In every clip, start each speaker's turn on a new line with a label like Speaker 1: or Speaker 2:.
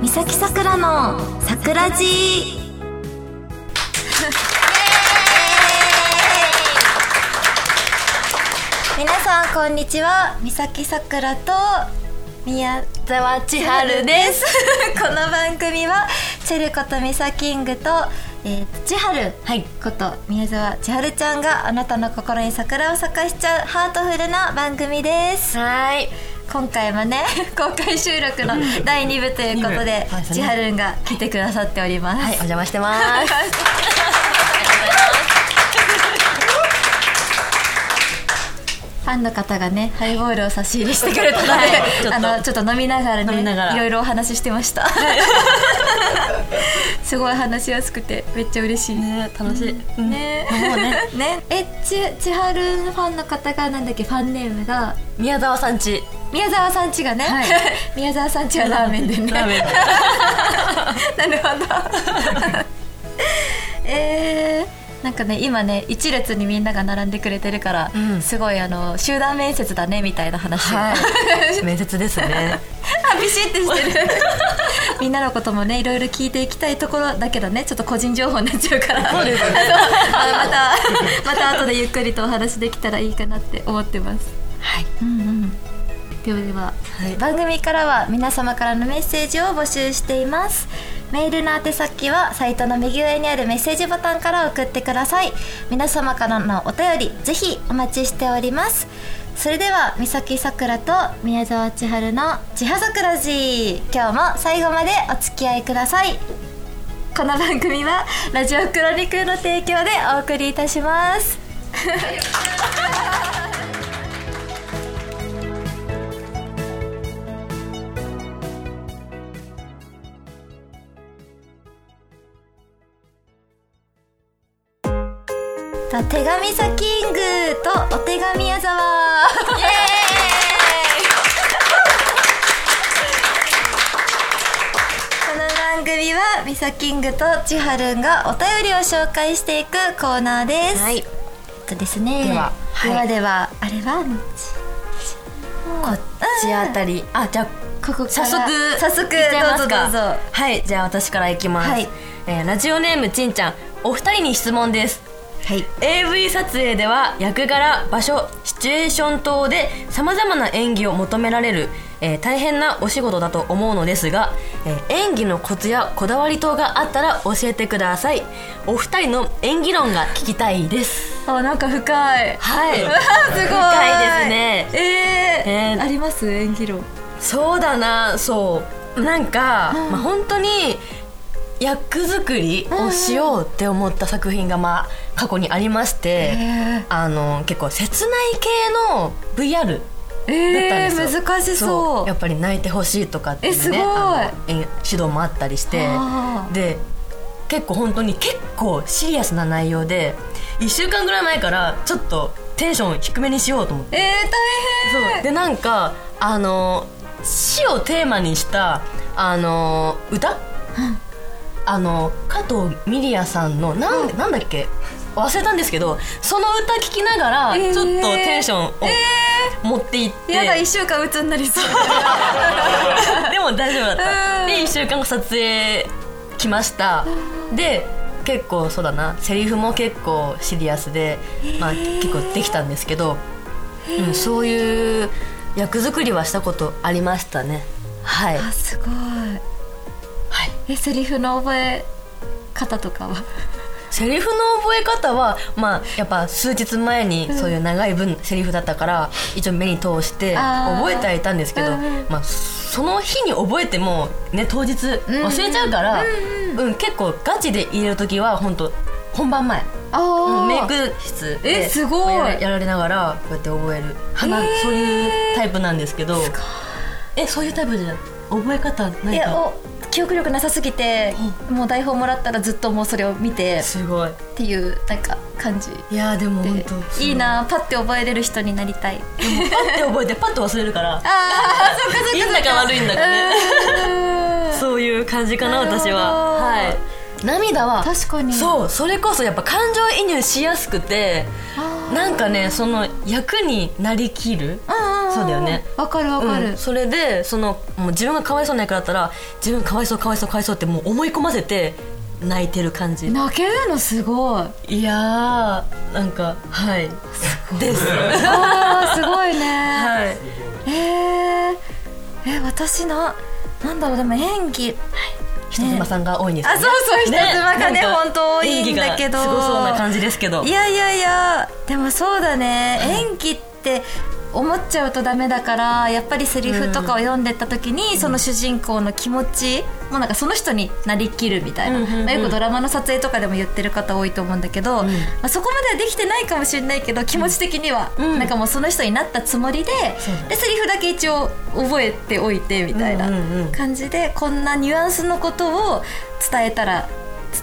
Speaker 1: 三崎さくらのさくらじ皆さんこんにちは三崎さくらと宮沢千春ですこの番組はチェルことミサキングと、えー、千春
Speaker 2: はい
Speaker 1: こと宮沢千春ちゃんがあなたの心に桜を咲かしちゃうハートフルな番組ですはい今回もね公開収録の第2部ということで
Speaker 2: 二部そうですね
Speaker 1: 千春が来てくださっております、
Speaker 2: はいお邪魔してます
Speaker 1: ファンの方がねハイボールを差し入れしてくれたので、
Speaker 2: はいちょっと
Speaker 1: あのちょっと飲みながら
Speaker 2: 飲
Speaker 1: ね
Speaker 2: みながら
Speaker 1: いろいろお話ししてました すごい話しやすくてめっちゃ嬉しい、
Speaker 2: ね楽しい、うん
Speaker 1: ね
Speaker 2: もうね
Speaker 1: ねえち千春のファンの方がなんだっけファンネームが
Speaker 2: 宮沢さんち
Speaker 1: 宮沢さんちがね、
Speaker 2: はい
Speaker 1: 宮沢さんちはラーメンでね
Speaker 2: ラーメン
Speaker 1: なるほど えー、なんかね今ね一列にみんなが並んでくれてるから、
Speaker 2: うん
Speaker 1: すごいあの集団面接だねみたいな話を、
Speaker 2: はい面接ですね
Speaker 1: あビシッてしてるみんなのこともねいろいろ聞いていきたいところだけどねちょっと個人情報になっちゃうから
Speaker 2: そ うですね
Speaker 1: あまたまた後でゆっくりとお話できたらいいかなって思ってます
Speaker 2: はい
Speaker 1: うんうんではでは
Speaker 2: はい
Speaker 1: 番組からは皆様からのメッセージを募集していますメールの宛先はサイトの右上にあるメッセージボタンから送ってください皆様からのお便りぜひお待ちしておりますそれでは三崎さくらと宮沢千春の「千葉さくらじ」今日も最後までお付き合いくださいこの番組はラジオクロニクルの提供でお送りいたしますと手紙サキングとお手紙矢沢イエーイこの番組はミサキングと千春がお便りを紹介していくコーナーです、
Speaker 2: はい
Speaker 1: えっとですね
Speaker 2: では
Speaker 1: では
Speaker 2: はい
Speaker 1: ではあれは
Speaker 2: こっちあたりあじゃあ
Speaker 1: ここから
Speaker 2: 早速
Speaker 1: 早速
Speaker 2: いっちゃいますか
Speaker 1: どうぞどうぞ
Speaker 2: はいじゃあ私からいきます、
Speaker 1: はい
Speaker 2: えーラジオネームちんちゃんお二人に質問です
Speaker 1: はい
Speaker 2: AV 撮影では役柄場所シチュエーション等でさまざまな演技を求められる、えー大変なお仕事だと思うのですが、えー演技のコツやこだわり等があったら教えてくださいお二人の演技論が聞きたいです
Speaker 1: あなんか深い
Speaker 2: は い
Speaker 1: すごい
Speaker 2: 深いですね
Speaker 1: えー
Speaker 2: えー
Speaker 1: あります演技論
Speaker 2: そうだなそうなんか、まあ、本当に役作りをしようって思った作品がまあ過去にありまして、
Speaker 1: へー
Speaker 2: あの結構切ない系の VR だったん
Speaker 1: え
Speaker 2: ですよ、
Speaker 1: ー、難しそう
Speaker 2: やっぱり泣いてほしいとかっていう、ね、
Speaker 1: えすごい
Speaker 2: あのえ指導もあったりして
Speaker 1: あー
Speaker 2: で結構本当に結構シリアスな内容で1週間ぐらい前からちょっとテンション低めにしようと思って
Speaker 1: えー、大変
Speaker 2: そうでなんかあの死をテーマにしたあの歌、あの加藤ミリヤさんのなん,、なんだっけ忘れたんですけどその歌聴きながら
Speaker 1: え
Speaker 2: ちょ
Speaker 1: ー
Speaker 2: っとテンションを持っていって、
Speaker 1: やだ一週間うつになりそう
Speaker 2: でも大丈夫だった、
Speaker 1: うん
Speaker 2: で1週間後撮影来ましたで結構そうだなセリフも結構シリアスで、まあ、結構できたんですけど、うん、そういう役作りはしたことありましたねはい、
Speaker 1: あすごい
Speaker 2: はい、
Speaker 1: えセリフの覚え方とかは
Speaker 2: セリフの覚え方はまあやっぱ数日前にそういう長い分セリフだったから一応目に通して
Speaker 1: あー
Speaker 2: 覚えてはいたんですけど、
Speaker 1: うんうん
Speaker 2: まあ、その日に覚えてもね当日忘れちゃうから、うん結構ガチで入れる時は本当本番前
Speaker 1: あー
Speaker 2: メイク室で
Speaker 1: えすごい
Speaker 2: やらやられながらこうやって覚える花、
Speaker 1: えー
Speaker 2: そういうタイプなんですけどえそういうタイプじゃ覚え方ないい
Speaker 1: や
Speaker 2: か
Speaker 1: お記憶力なさすぎてもう台本もらったらずっともうそれを見て
Speaker 2: すごい
Speaker 1: っていうなんか感じ
Speaker 2: いやーでも本
Speaker 1: で
Speaker 2: 当
Speaker 1: いいなパッて覚えれる人になりたい
Speaker 2: パッて覚えてパッと忘れる から
Speaker 1: あーそっかそっか
Speaker 2: いいんだか悪いんだかねそういう感じか
Speaker 1: なる
Speaker 2: な
Speaker 1: ほど
Speaker 2: 私ははい涙は
Speaker 1: 確かに
Speaker 2: そうそれこそやっぱ感情移入しやすくて
Speaker 1: あー
Speaker 2: なんかねその役になりきる
Speaker 1: うんうんうん
Speaker 2: そうだよね
Speaker 1: わかるわかる、
Speaker 2: うんそれでそのもう自分がかわいそうな役だったら自分かわいそうかわいそうかわいそうってもう思い込ませて泣いてる感じ
Speaker 1: 泣けるのす ごい
Speaker 2: いやーなんかはい です
Speaker 1: あーすごいね、
Speaker 2: はい
Speaker 1: えー、え私ななんだろうでも演技
Speaker 2: 人妻さんが多いんですよ
Speaker 1: あ
Speaker 2: ね
Speaker 1: そうそう人妻がね
Speaker 2: なんか
Speaker 1: 本当多いんだけど
Speaker 2: 演技がすごそうな感じですけど
Speaker 1: いやいやいやでもそうだね、演技って思っちゃうとダメだからやっぱりセリフとかを読んでった時に、その主人公の気持ちもうなんかその人になりきるみたいな、
Speaker 2: うんうんうん
Speaker 1: まあ、よくドラマの撮影とかでも言ってる方多いと思うんだけど、まあ、そこまではできてないかもしれないけど気持ち的には、
Speaker 2: うん
Speaker 1: なんかもうその人になったつもりで,、
Speaker 2: そうだね
Speaker 1: でセリフだけ一応覚えておいてみたいな
Speaker 2: うんうんうん
Speaker 1: 感じでこんなニュアンスのことを伝えたら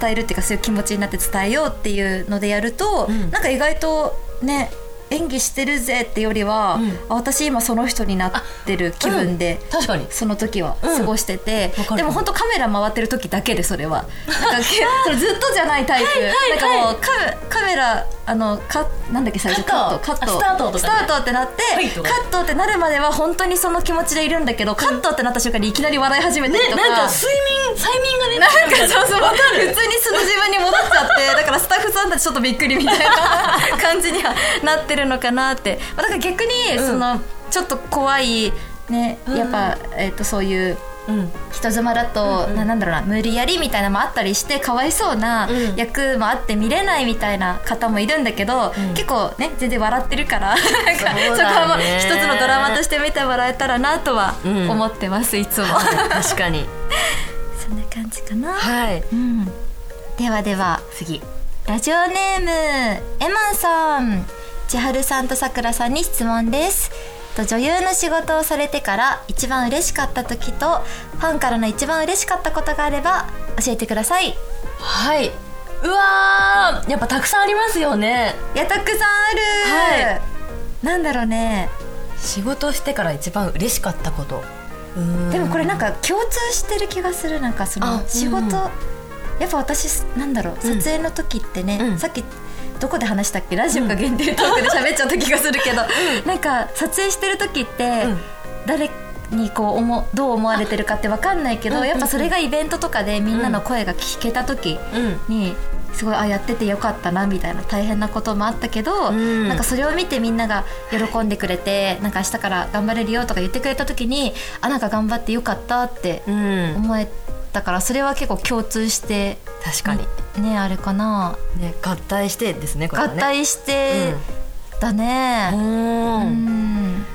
Speaker 1: 伝えるっていうかそういう気持ちになって伝えようっていうのでやると、
Speaker 2: ん
Speaker 1: なんか意外とね演技してるぜってよりは、
Speaker 2: うん
Speaker 1: あ私今その人になってる気分で、
Speaker 2: うん確かに
Speaker 1: その時は
Speaker 2: うん
Speaker 1: 過ごしてて、
Speaker 2: わかる
Speaker 1: でも本当カメラ回ってる時だけでそれは なんかけそれずっとじゃないタイプ、
Speaker 2: はい
Speaker 1: なんかもうカメカメラあのかなんだっけ最初
Speaker 2: カット
Speaker 1: カット
Speaker 2: あスタートとかね
Speaker 1: スタートってなって、
Speaker 2: はい
Speaker 1: カ
Speaker 2: とか
Speaker 1: ットってなるまでは本当にその気持ちでいるんだけど、カットってなった瞬間にいきなり笑い始めて
Speaker 2: ね
Speaker 1: とか、
Speaker 2: なんか睡眠催眠がね
Speaker 1: なんか
Speaker 2: なん
Speaker 1: そうそう
Speaker 2: わか
Speaker 1: 普
Speaker 2: る
Speaker 1: 通に素の自分に戻っちゃってだからスタッフさんたちちょっとびっくりみたいな感じにはなってるのかなって、まあ、だから逆に
Speaker 2: うん
Speaker 1: その、ちょっと怖いね
Speaker 2: うん
Speaker 1: やっぱ、えっとそういう
Speaker 2: うん
Speaker 1: 人妻だと、
Speaker 2: うんうん
Speaker 1: ななんだろうな無理やりみたいなのもあったりしてかわいそうな
Speaker 2: うん
Speaker 1: 役もあって見れないみたいな方もいるんだけど、
Speaker 2: ん
Speaker 1: 結構ね全然笑ってるからなんかそ,、
Speaker 2: そうだね
Speaker 1: こはもう一つのドラマとして見てもらえたらなとは
Speaker 2: うん
Speaker 1: 思ってます、いつも
Speaker 2: 確かに
Speaker 1: そんな感じかな。
Speaker 2: はい
Speaker 1: うん、ではでは
Speaker 2: 次
Speaker 1: ラジオネームエマンさん千春さんとさくらさんに質問ですと女優の仕事をされてから一番嬉しかった時とファンからの一番嬉しかったことがあれば教えてくださいい
Speaker 2: はいうわーやっぱたくさんありますよね
Speaker 1: やたくさんある、
Speaker 2: はい
Speaker 1: なんだろうね
Speaker 2: 仕事してから一番嬉しかったことうーん
Speaker 1: でもこれなんか共通してる気がするなんかそ
Speaker 2: あ
Speaker 1: の仕事、
Speaker 2: うん
Speaker 1: やっぱ私なんだろう撮
Speaker 2: うん
Speaker 1: 影の時ってね、
Speaker 2: うん
Speaker 1: さっきどこで話したっけラジオか限定トークで喋っちゃった気がするけど、なんか撮影してる時って、
Speaker 2: うん
Speaker 1: 誰にこう思どう思われてるかって分かんないけど、
Speaker 2: うんうんうん
Speaker 1: やっぱそれがイベントとかでみんなの声が聞けた時
Speaker 2: うん
Speaker 1: にすごいあやっててよかったなみたいな大変なこともあったけど、
Speaker 2: うん
Speaker 1: なんかそれを見てみんなが喜んでくれて、なんか明日から頑張れるよとか言ってくれた時にあなんか頑張ってよかったって
Speaker 2: うん
Speaker 1: 思えたからそれは結構共通して
Speaker 2: 確かに、
Speaker 1: ねあれかな
Speaker 2: ね、合体してですねこれは
Speaker 1: 合
Speaker 2: ね
Speaker 1: 体してだ
Speaker 2: う
Speaker 1: ね。
Speaker 2: ん
Speaker 1: う、ん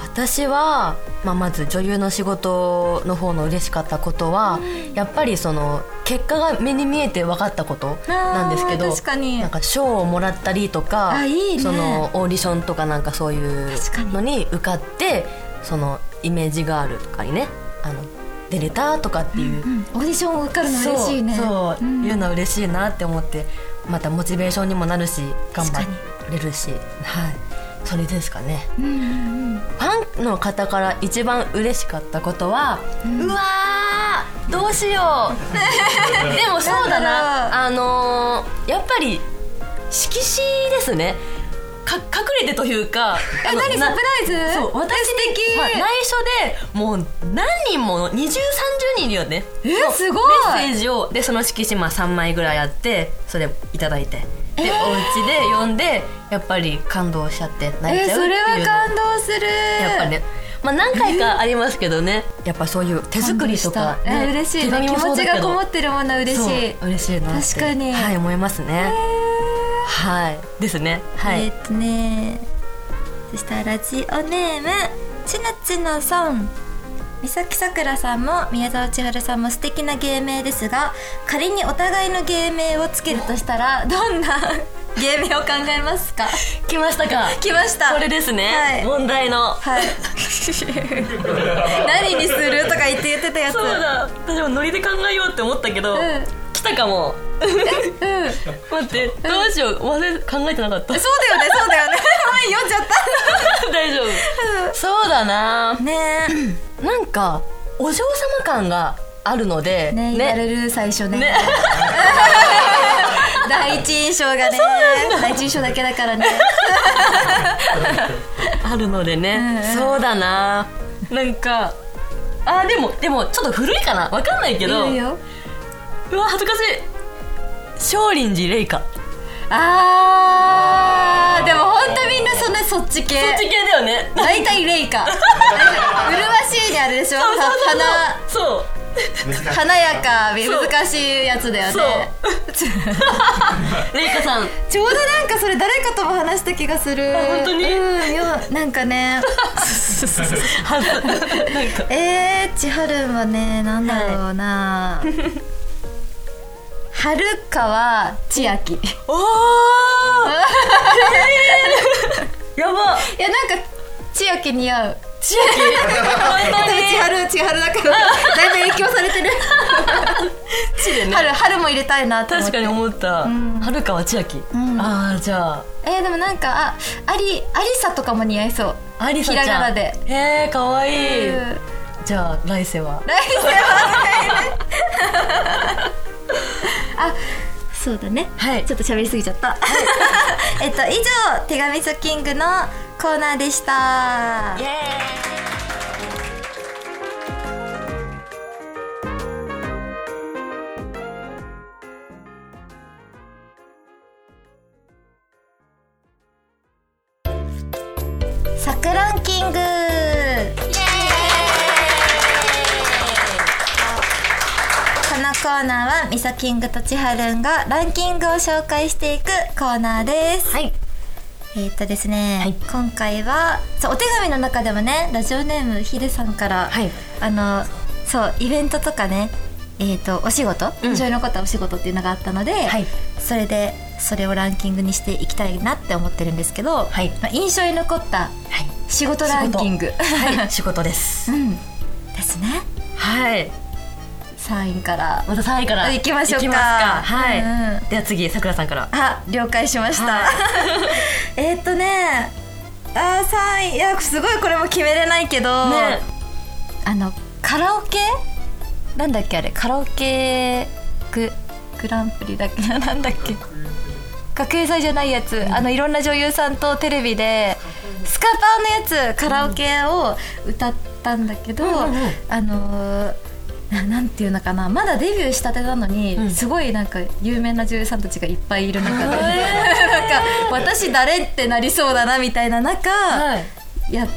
Speaker 2: 私は、まあ、まず女優の仕事の方の嬉しかったことは、やっぱりその結果が目に見えて分かったことなんですけ
Speaker 1: あー
Speaker 2: ど
Speaker 1: 確かに
Speaker 2: なんか賞をもらったりとか
Speaker 1: あいいね
Speaker 2: そのオーディションとかなんかそういう
Speaker 1: 確かに
Speaker 2: のに受かってそのイメージガールとかにねあの出れたとかっていう
Speaker 1: うん、オーディション受かるの嬉しいね
Speaker 2: そうそう、
Speaker 1: ん
Speaker 2: いうのは嬉しいなって思ってまたモチベーションにもなるし頑張れるし、はい、それですかね
Speaker 1: うんうんうん
Speaker 2: ファンの方から一番嬉しかったことは、うわーどうしよ うでもそうだなあのー、やっぱり色紙ですねか隠れてというか
Speaker 1: え
Speaker 2: あの
Speaker 1: 何サ
Speaker 2: な
Speaker 1: プライズ
Speaker 2: そう私に
Speaker 1: え素敵
Speaker 2: はい内緒でもう何人も2030人いるよね
Speaker 1: え
Speaker 2: の
Speaker 1: すごい
Speaker 2: メッセージをでその色紙まあ3枚ぐらいあってそれいただいてで、
Speaker 1: えー
Speaker 2: お家で読んでやっぱり感動しちゃって泣い
Speaker 1: え
Speaker 2: ちゃう
Speaker 1: そ
Speaker 2: っていうの
Speaker 1: れは感動する
Speaker 2: やっぱね、まあ、何回かありますけどね、やっぱそういう手作りとか、
Speaker 1: 感動した
Speaker 2: ね
Speaker 1: え嬉しい
Speaker 2: 手
Speaker 1: ね
Speaker 2: 紙
Speaker 1: 気
Speaker 2: もそ
Speaker 1: 持
Speaker 2: うだ
Speaker 1: ち
Speaker 2: けど
Speaker 1: がこもってるものは嬉しいえ
Speaker 2: そう嬉しいなって
Speaker 1: 確かに
Speaker 2: はい思いますね、はいですねはい、
Speaker 1: ーっとねそしたらラジオネームちなちなさん三崎さくらさんも宮沢千春さんも素敵な芸名ですが仮にお互いの芸名をつけるとしたらどんな 芸名を考えますか
Speaker 2: 来ましたか
Speaker 1: 来ました
Speaker 2: これですね、
Speaker 1: はい
Speaker 2: 問題の
Speaker 1: はい何にするとか言って言ってたやつ
Speaker 2: そうだ私もノリで考えようって思ったけど、
Speaker 1: うん
Speaker 2: 来たかも
Speaker 1: うん
Speaker 2: 待ってどうしよう忘れ考えてなかった
Speaker 1: そうだよね、そうだよね。 前読んじゃっ
Speaker 2: 大丈夫そうだな
Speaker 1: た。ね
Speaker 2: なんかお嬢様感があるので
Speaker 1: ね言われる最初ね。
Speaker 2: ね
Speaker 1: 第一印象がね第一印象だけだからね
Speaker 2: あるのでね、
Speaker 1: うんうん
Speaker 2: そうだななんかあーでもでもちょっと古いかなわかんないけど
Speaker 1: いるよ
Speaker 2: うわ恥ずかしい少林寺レイカ
Speaker 1: あーでも本当みんなそんなそっち系
Speaker 2: そっち系だよね
Speaker 1: 大体レイ カ麗しいにあれでしょ
Speaker 2: そうそう
Speaker 1: は
Speaker 2: そう
Speaker 1: 花華やか
Speaker 2: そう
Speaker 1: 難しいやつだよね
Speaker 2: そうレイカさん
Speaker 1: ちょうどなんかそれ誰かとも話した気がする
Speaker 2: あ本当に
Speaker 1: うんよなんかね
Speaker 2: はずなんか
Speaker 1: えー、千春はねなんだろうな、春川千 秋い
Speaker 2: おお
Speaker 1: や
Speaker 2: やば
Speaker 1: なんか千秋似合う
Speaker 2: 千秋本
Speaker 1: 多
Speaker 2: 当
Speaker 1: 分
Speaker 2: に
Speaker 1: 千春千春だからだいぶ影響されてる
Speaker 2: 千でね
Speaker 1: 春春も入れたいなと思って
Speaker 2: 確かに思った、春川千秋、
Speaker 1: ん
Speaker 2: ああじゃあ
Speaker 1: えー、でもなんかあありありさとかも似合いそう
Speaker 2: ありさちゃん
Speaker 1: ひらがなで
Speaker 2: へえかわいい、
Speaker 1: うん
Speaker 2: じゃあ来 世は
Speaker 1: 来世はあそうだね
Speaker 2: はい
Speaker 1: ちょっと喋りすぎちゃった、 えっと以上手紙ソキングのコーナーでした
Speaker 2: イエ
Speaker 1: さくランキングイエーイこのコーナーはみそキングとちはるんがランキングを紹介していくコーナーです
Speaker 2: はい
Speaker 1: えーっとですね、
Speaker 2: はい
Speaker 1: 今回はそうお手紙の中でもねラジオネームヒデさんから、
Speaker 2: はい
Speaker 1: あのそうイベントとかねえー、とお仕事
Speaker 2: うん
Speaker 1: 女優の方はお仕事っていうのがあったので、
Speaker 2: はい
Speaker 1: それでそれをランキングにしていきたいなって思ってるんですけど、
Speaker 2: はい
Speaker 1: まあ、印象に残った
Speaker 2: はい
Speaker 1: 仕事ランキング、
Speaker 2: はい 仕事で す
Speaker 1: うんですね
Speaker 2: はい
Speaker 1: 3位から
Speaker 2: また3位から
Speaker 1: 行きましょうか
Speaker 2: 行きますかはい、
Speaker 1: うんうん
Speaker 2: では次さくらさんから
Speaker 1: あ了解しました、 えーっとねあー3位いやすごいこれも決めれないけど、
Speaker 2: ね
Speaker 1: あのカラオケなんだっけあれカラオケググランプリだっけ なんだっけ学園祭じゃないやつ、あのいろんな女優さんとテレビでスカパーのやつカラオケを歌ったんだけど、
Speaker 2: うんうんうん
Speaker 1: あのーななんていうのかなまだデビューしたてなのに、
Speaker 2: うん
Speaker 1: すごいなんか有名な女優さんたちがいっぱいいる中で、
Speaker 2: へ
Speaker 1: なんか私誰ってなりそうだなみたいな中、
Speaker 2: はい
Speaker 1: やっ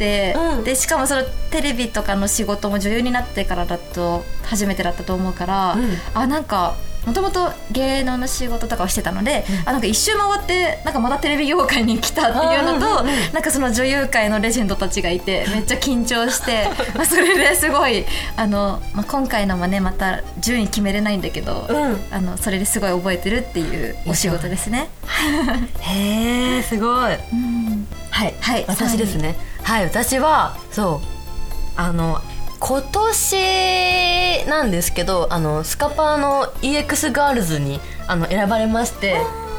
Speaker 1: て、
Speaker 2: うん
Speaker 1: でしかもそのテレビとかの仕事も女優になってからだと初めてだったと思うから、
Speaker 2: うん
Speaker 1: あなんかもともと芸能の仕事とかをしてたので、あなんか一周回ってなんかまたテレビ業界に来たっていうのと、
Speaker 2: あーうんうん
Speaker 1: なんかその女優界のレジェンドたちがいてめっちゃ緊張して まあそれですごいあの、まあ、今回のもねまた順位決めれないんだけど、
Speaker 2: うん
Speaker 1: あのそれですごい覚えてるっていうお仕事ですね。
Speaker 2: へえすごい
Speaker 1: うん
Speaker 2: はい、
Speaker 1: はい
Speaker 2: 私ですねはい私はそうあの今年なんですけどあのスカパーの EX ガールズにあの選ばれまして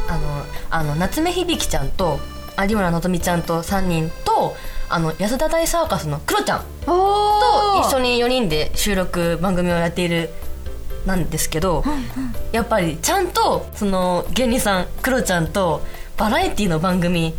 Speaker 2: あのあの夏目響ちゃんと有村のぞみちゃんと3人とあの安田大サーカスのクロちゃん
Speaker 1: お
Speaker 2: と
Speaker 1: ー
Speaker 2: 一緒に4人で収録番組をやっているなんですけど、やっぱりちゃんとその芸人さんクロちゃんとバラエティの番組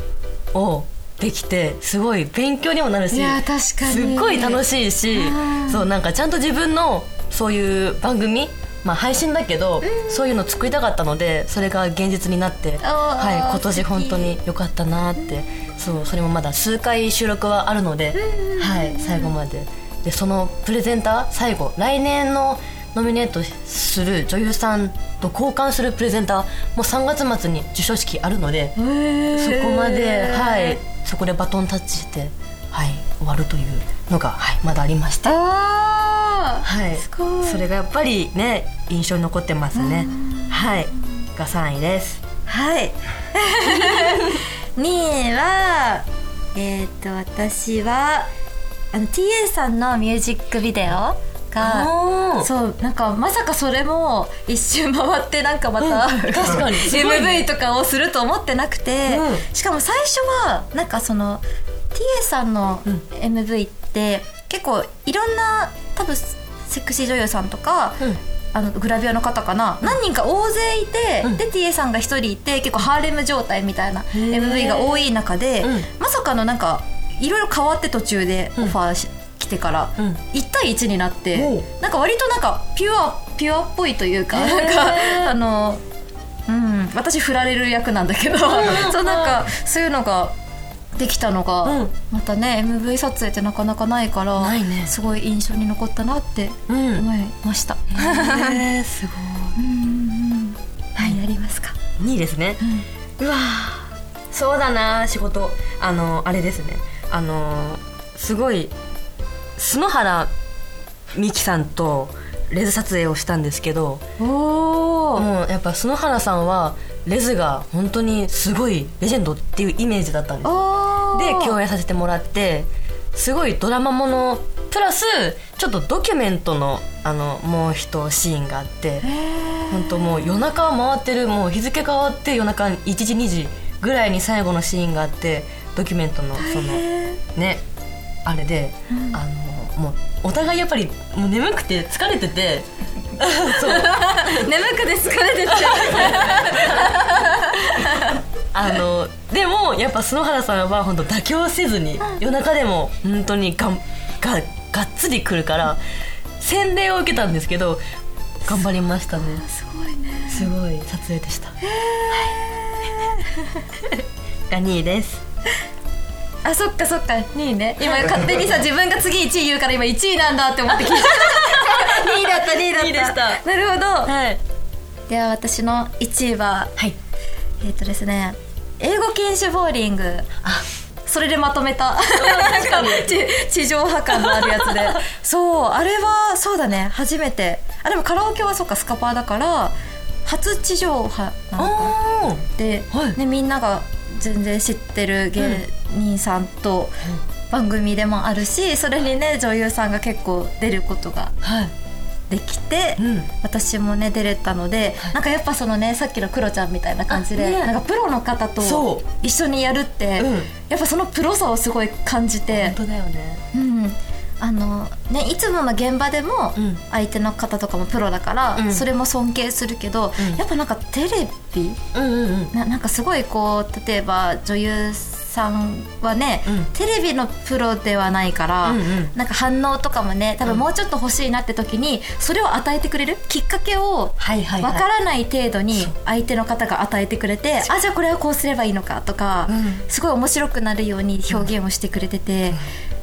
Speaker 2: をできてすごい勉強にもなるし
Speaker 1: いやー確かに
Speaker 2: すっごい楽しいし、
Speaker 1: うん
Speaker 2: そうなんかちゃんと自分のそういう番組まあ配信だけど、そういうの作りたかったのでそれが現実になって、はい、今年本当に良かったなって、そうそれもまだ数回収録はあるので、はい、最後まででそのプレゼンター最後来年のノミネートする女優さんと交換するプレゼンターも3月末に授賞式あるので、そこまで、はい、そこでバトンタッチして、はい、終わるというのが、はい、まだありました。
Speaker 1: ああ
Speaker 2: はい、
Speaker 1: すごい
Speaker 2: それがやっぱりね印象に残ってますね。はい、が3位です。
Speaker 1: はい 2位はえっ、と私はあの TA さんのミュージックビデオが
Speaker 2: お ー
Speaker 1: そうなんかまさかそれも一周回ってなんかまた、
Speaker 2: うん 確かにすごい
Speaker 1: MV
Speaker 2: ね
Speaker 1: とかをすると思ってなくて、
Speaker 2: う
Speaker 1: しかも最初はなんかその TA さんの MV って結構いろんな多分セクシー女優さんとか、
Speaker 2: うん
Speaker 1: あのグラビアの方かな何人か大勢いて、で TA さんが1人いて結構ハーレム状態みたいな
Speaker 2: ー
Speaker 1: MV が多い中で、
Speaker 2: うん
Speaker 1: まさかのなんかいろいろ変わって途中でオファーし、来てから、
Speaker 2: うん
Speaker 1: 1対1になって、
Speaker 2: おう
Speaker 1: なんか割となんかピュアピュアっぽいというか、
Speaker 2: へー
Speaker 1: なんかあのうん私振られる役なんだけど、そうなんかそういうのができたのが、
Speaker 2: うん
Speaker 1: またね MV 撮影ってなかなかないから
Speaker 2: ないね
Speaker 1: すごい印象に残ったなって
Speaker 2: うん
Speaker 1: 思いました。
Speaker 2: えー、すご
Speaker 1: はい、やりますか。
Speaker 2: い2位ですね、うわーそうだな仕事あのあれですねあのすごい篠原美希さんとレズ撮影をしたんですけど
Speaker 1: おお、
Speaker 2: もうやっぱ篠原さんはレズが本当にすごいレジェンドっていうイメージだったんですよ
Speaker 1: お
Speaker 2: で
Speaker 1: 日
Speaker 2: 共演させてもらってすごいドラマものプラスちょっとドキュメントのあのもう一シーンがあって本当もう夜中回ってるもう日付変わって夜中1時2時ぐらいに最後のシーンがあってドキュメントのそのねあれで、あのもうお互いやっぱりもう眠くて疲れててそう
Speaker 1: 眠くて疲れてきちゃ
Speaker 2: あのでもやっぱ篠原さんは本当妥協せずに夜中でも本当にがんががっつり来るから洗礼を受けたんですけど頑張りましたね
Speaker 1: う。すごいね。
Speaker 2: すごい撮影でした が2位です
Speaker 1: あ、そっかそっか。2位ね。今勝手に さ自分が次1位言うから今1位なんだって思って聞いた。2位だ った2位だった。
Speaker 2: 二位でした
Speaker 1: なるほど。
Speaker 2: はい
Speaker 1: では私の1位は
Speaker 2: はい
Speaker 1: えっ、とですね、英語禁止ボーリング。
Speaker 2: あ
Speaker 1: それでまとめた なんか地地上波感のあるやつで そうあれはそうだね初めてあでもカラオケはそっかスカパーだから初地上波なのか
Speaker 2: おー
Speaker 1: で、
Speaker 2: はい
Speaker 1: ね、みんなが全然知ってる芸人さんと番組でもあるしそれにね女優さんが結構出ることが
Speaker 2: はい
Speaker 1: できて、
Speaker 2: うん
Speaker 1: 私もね出れたので、なんかやっぱそのねさっきのクロちゃんみたいな感じで、
Speaker 2: あね
Speaker 1: なんかプロの方
Speaker 2: そ
Speaker 1: と
Speaker 2: う
Speaker 1: 一緒にやるって、
Speaker 2: うん
Speaker 1: やっぱそのプロさをすごい感じて
Speaker 2: 本、当だよね
Speaker 1: うんあのね、いつもの現場でも
Speaker 2: うん
Speaker 1: 相手の方とかもプロだから、
Speaker 2: うん
Speaker 1: それも尊敬するけど、
Speaker 2: うん
Speaker 1: やっぱなんかテレビ
Speaker 2: うんうんうん
Speaker 1: ななんかすごいこう例えば女優さんはね、
Speaker 2: うん
Speaker 1: テレビのプロではないから、
Speaker 2: うんうん
Speaker 1: なんか反応とかもね多分もうちょっと欲しいなって時にそれを与えてくれるきっかけを
Speaker 2: はいはい
Speaker 1: 分
Speaker 2: はい
Speaker 1: からない程度に
Speaker 2: そう
Speaker 1: 相手の方が与えてくれて、あじゃあこれはこうすればいいのかとか、
Speaker 2: う
Speaker 1: すごい面白くなるように表現をしてくれてて、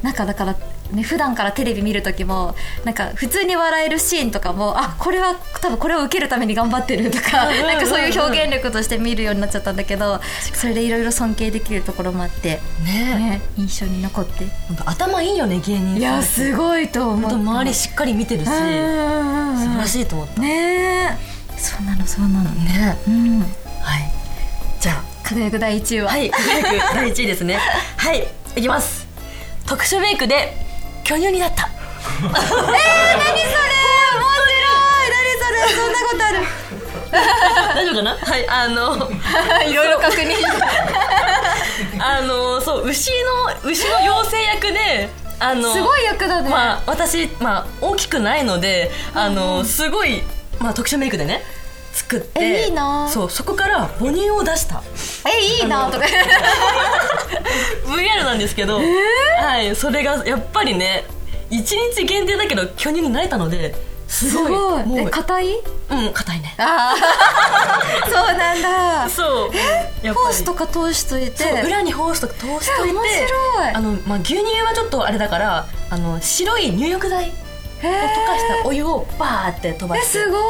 Speaker 1: なんかだから、ね、普段からテレビ見る時もなんか普通に笑えるシーンとかもあこれは多分これを受けるために頑張ってるとか、
Speaker 2: うんうんうん
Speaker 1: なんかそういう表現力として見るようになっちゃったんだけどそれでいろいろ尊敬できるところもあって、
Speaker 2: ね
Speaker 1: ね、印象に残って
Speaker 2: え頭いいよね芸人
Speaker 1: いや
Speaker 2: さん
Speaker 1: すごいと思
Speaker 2: 本
Speaker 1: う
Speaker 2: 当周りしっかり見てるし
Speaker 1: うんう
Speaker 2: 素
Speaker 1: んうんうん
Speaker 2: 晴らしいと思ったね
Speaker 1: ねえそうなのそうなの、うん、
Speaker 2: はいじゃあ
Speaker 1: 輝く第1位は、
Speaker 2: はい、早く第1位ですね。 はい、いきます。特殊メイクで巨乳になった。
Speaker 1: 何それ面白い何それそんなことある
Speaker 2: 大丈夫かな？はい、あ の、
Speaker 1: いろいろ確認 す
Speaker 2: あの、そう、牛の牛の妖精役で、あの、
Speaker 1: ごい役だね、
Speaker 2: まあ私まあ大きくないので、あのすごいまあ特殊メイクでね。作って
Speaker 1: えいいな
Speaker 2: そうそこから母乳を出した
Speaker 1: えいいなとか
Speaker 2: VR なんですけど、はいそれがやっぱりね一日限定だけど巨乳になれたのですごいもう
Speaker 1: え硬い
Speaker 2: うん硬いね
Speaker 1: ああ そうなんだ
Speaker 2: そうやっ
Speaker 1: コ
Speaker 2: ぱ
Speaker 1: ー
Speaker 2: り
Speaker 1: スとか通しといて
Speaker 2: そう裏にホースとか通しと
Speaker 1: え
Speaker 2: いて
Speaker 1: 面白い
Speaker 2: あの、まあ、牛乳はちょっとあれだからあの白い入浴剤を
Speaker 1: へ
Speaker 2: 溶
Speaker 1: え
Speaker 2: かしたお湯をバーって飛ば
Speaker 1: え
Speaker 2: して
Speaker 1: すごい、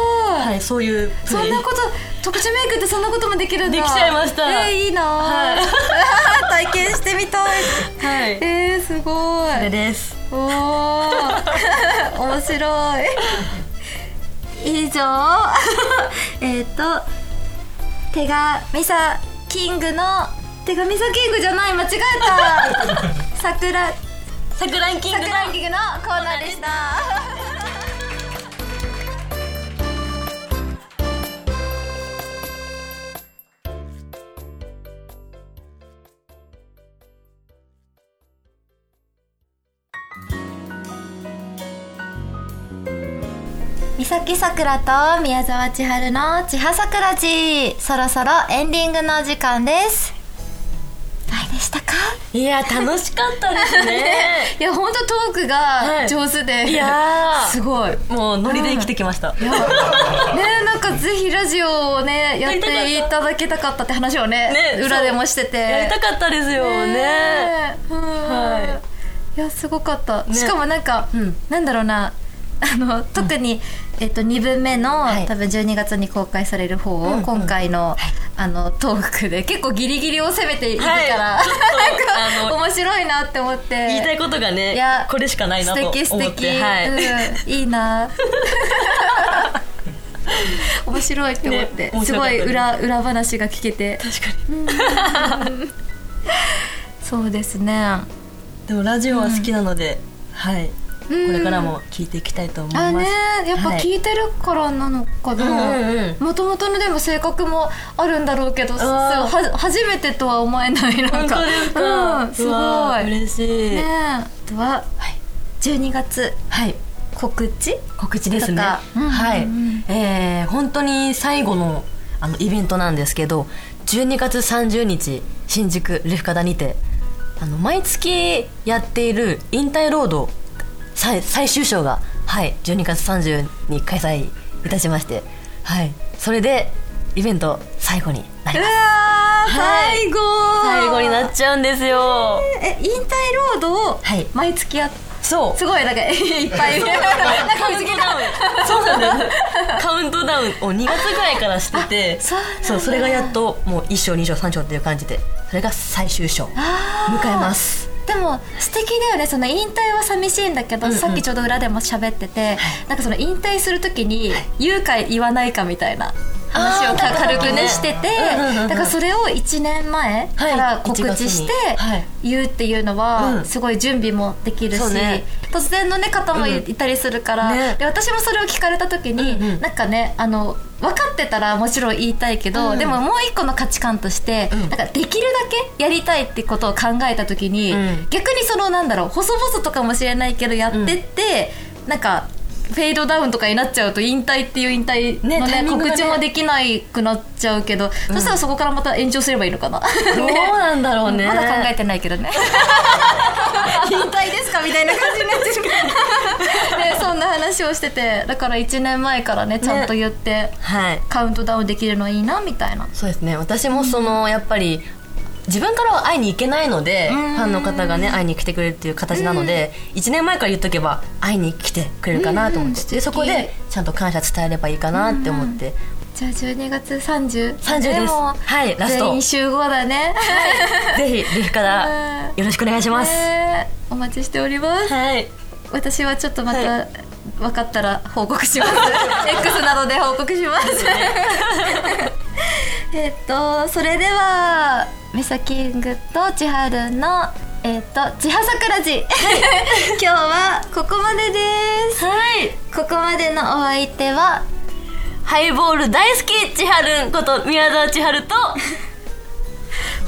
Speaker 2: はい、そういうプ
Speaker 1: そ
Speaker 2: レイ
Speaker 1: んなこと特殊メイクってそんなこともできるんだ
Speaker 2: できちゃいました
Speaker 1: えいいな、
Speaker 2: はい
Speaker 1: 体験してみたい
Speaker 2: はい
Speaker 1: えー、すごい
Speaker 2: あれです
Speaker 1: おお面白い以上 えっと手がミサキングの手がミサキングじゃない間違えた桜
Speaker 2: 桜井キングの
Speaker 1: 桜キングのコーナーでしたミ
Speaker 3: さきさくらと宮沢千春の千葉さくらじそろそろエンディングのお時間ですどうでしたか
Speaker 2: いや楽しかったです ね
Speaker 1: いや本当トーク
Speaker 2: は
Speaker 1: が
Speaker 2: い
Speaker 1: 上手で、
Speaker 2: いやー
Speaker 1: すごい。
Speaker 2: もうノリで生きてきました、
Speaker 1: いやねなんかぜひラジオをねやっていただけたかったって話をね
Speaker 2: ね
Speaker 1: 裏でもしてて
Speaker 2: やりたかったですよね
Speaker 1: ねうん
Speaker 2: はい
Speaker 1: やすごかった、
Speaker 2: ね
Speaker 1: しかもなんか、
Speaker 2: うん
Speaker 1: なんだろうなあの特に、えっと、2分目の、
Speaker 3: い
Speaker 1: 多分12月に公開される方を、
Speaker 2: うん
Speaker 1: 今回の,、あのトークで結構ギリギリを攻めているから、
Speaker 2: は いちょっと
Speaker 1: なん
Speaker 2: あ
Speaker 1: か面白いなって思って
Speaker 2: 言いたいことがね
Speaker 1: いや
Speaker 2: これしかないなと思って
Speaker 1: 素敵素敵、
Speaker 2: はい、
Speaker 1: うん、いいな 面白いって思って、
Speaker 2: ね面
Speaker 1: す
Speaker 2: 白か
Speaker 1: ご
Speaker 2: った
Speaker 1: い
Speaker 2: です
Speaker 1: 裏裏話が聞けて
Speaker 2: 確かに
Speaker 1: そうですね
Speaker 2: でもラジオは好きなので、はいこ
Speaker 1: うん
Speaker 2: れからも聞いていきたいと思います、
Speaker 1: あねやっぱ
Speaker 2: はい
Speaker 1: 聞いてるからなのか
Speaker 2: うんうん
Speaker 1: な
Speaker 2: う
Speaker 1: もともとのでも性格もあるんだろうけどす
Speaker 2: ん
Speaker 1: は初めてとは思えないなん
Speaker 2: 本
Speaker 1: か
Speaker 2: 当ですか、
Speaker 1: うん、すご
Speaker 2: うわー
Speaker 1: いね
Speaker 2: 嬉しい、
Speaker 1: あとは12月
Speaker 2: はい
Speaker 1: 告知
Speaker 2: 告知ですね
Speaker 1: とかうん
Speaker 2: はい、
Speaker 1: うん
Speaker 2: えー本当に最後のあのイベントなんですけど12月30日新宿レフカダにてあの毎月やっている引退ロード最最終章が、はい、12月30に開催いたしまして、はい、それでイベント最後になり
Speaker 1: う
Speaker 2: ます
Speaker 1: わー
Speaker 2: はい
Speaker 1: 最後
Speaker 2: 最後になっちゃうんですよ
Speaker 1: え引退ロードを
Speaker 2: はい
Speaker 1: 毎月やっ
Speaker 2: そう
Speaker 1: すごいなんか いっ ぱいなんか
Speaker 2: カウントダウンそうなんだよカウントダウンを2月ぐらいからしてて
Speaker 1: そうなんだ
Speaker 2: そうそれがやっともう1章2章3章っていう感じでそれが最終章
Speaker 1: あー
Speaker 2: 迎えます
Speaker 1: でも素敵だよねその引退は寂しいんだけど、
Speaker 2: うんうん
Speaker 1: さっきちょうど裏でも喋ってて、なんかその引退する時に言うか言わないかみたいな話をか軽くねしてて
Speaker 2: うんうんうんうん
Speaker 1: だからそれを1年前から告知して
Speaker 2: 1月にはい
Speaker 1: 言うっていうの
Speaker 2: うん
Speaker 1: はすごい準備もできるし、
Speaker 2: そうね
Speaker 1: 突然の、ね、方もい
Speaker 2: うん
Speaker 1: いたりするから、
Speaker 2: ね
Speaker 1: で私もそれを聞かれた時に、
Speaker 2: うんうん
Speaker 1: なんかねあの分かってたらもちろん言いたいけど、
Speaker 2: うん
Speaker 1: でももう一個の価値観として、
Speaker 2: うん
Speaker 1: なんかできるだけやりたいってことを考えた時に、
Speaker 2: うん
Speaker 1: 逆にそのなんだろう細々とかもしれないけどやってって、なんかフェードダウンとかになっちゃうと引退っていう引退の
Speaker 2: ね
Speaker 1: ね
Speaker 2: タイミングがね
Speaker 1: 告知もできないくなっちゃうけど、そしたらそこからまた延長すればいいのかな
Speaker 2: どうなんだろう ね
Speaker 1: まだ考えてないけど ね引退ですかみたいな感じになって るからでそんな話をしててだから1年前からねちゃんと言って、
Speaker 2: はい
Speaker 1: カウントダウンできるのいいなみたいな
Speaker 2: そうですね私もそのやっぱり自分からは会いに行けないのでフ
Speaker 1: うん
Speaker 2: ァンの方がね会いに来てくれるっていう形なので1年前から言っとけば会いに来てくれるかなと思ってでそこでちゃんと感謝伝えればいいかなって思って
Speaker 1: じゃあ12月3030
Speaker 2: 30ですはいラスト
Speaker 1: 全員集合だ ね
Speaker 2: ぜひレフからよろしくお願いします
Speaker 1: ねお待ちしております、
Speaker 2: はい
Speaker 1: 私はちょっとまた、
Speaker 2: は
Speaker 1: 分かったら報告 します X などで報告しますえっとそれではメサキングと千春のえっと千葉桜寺 今日はここまでですはいここまでのお相手は
Speaker 2: ハイボール大好き千春こと宮沢千春と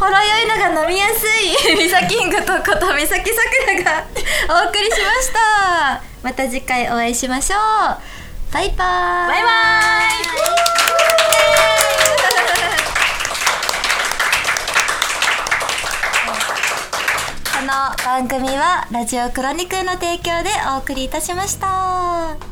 Speaker 1: ほろ酔いのが飲みやすい ミサキングとことミサキさくらが お送りしましたまた次回お会いしましょうバイバイ
Speaker 2: バイバイ
Speaker 1: この番組はラジオクロニクルの提供でお送りいたしました。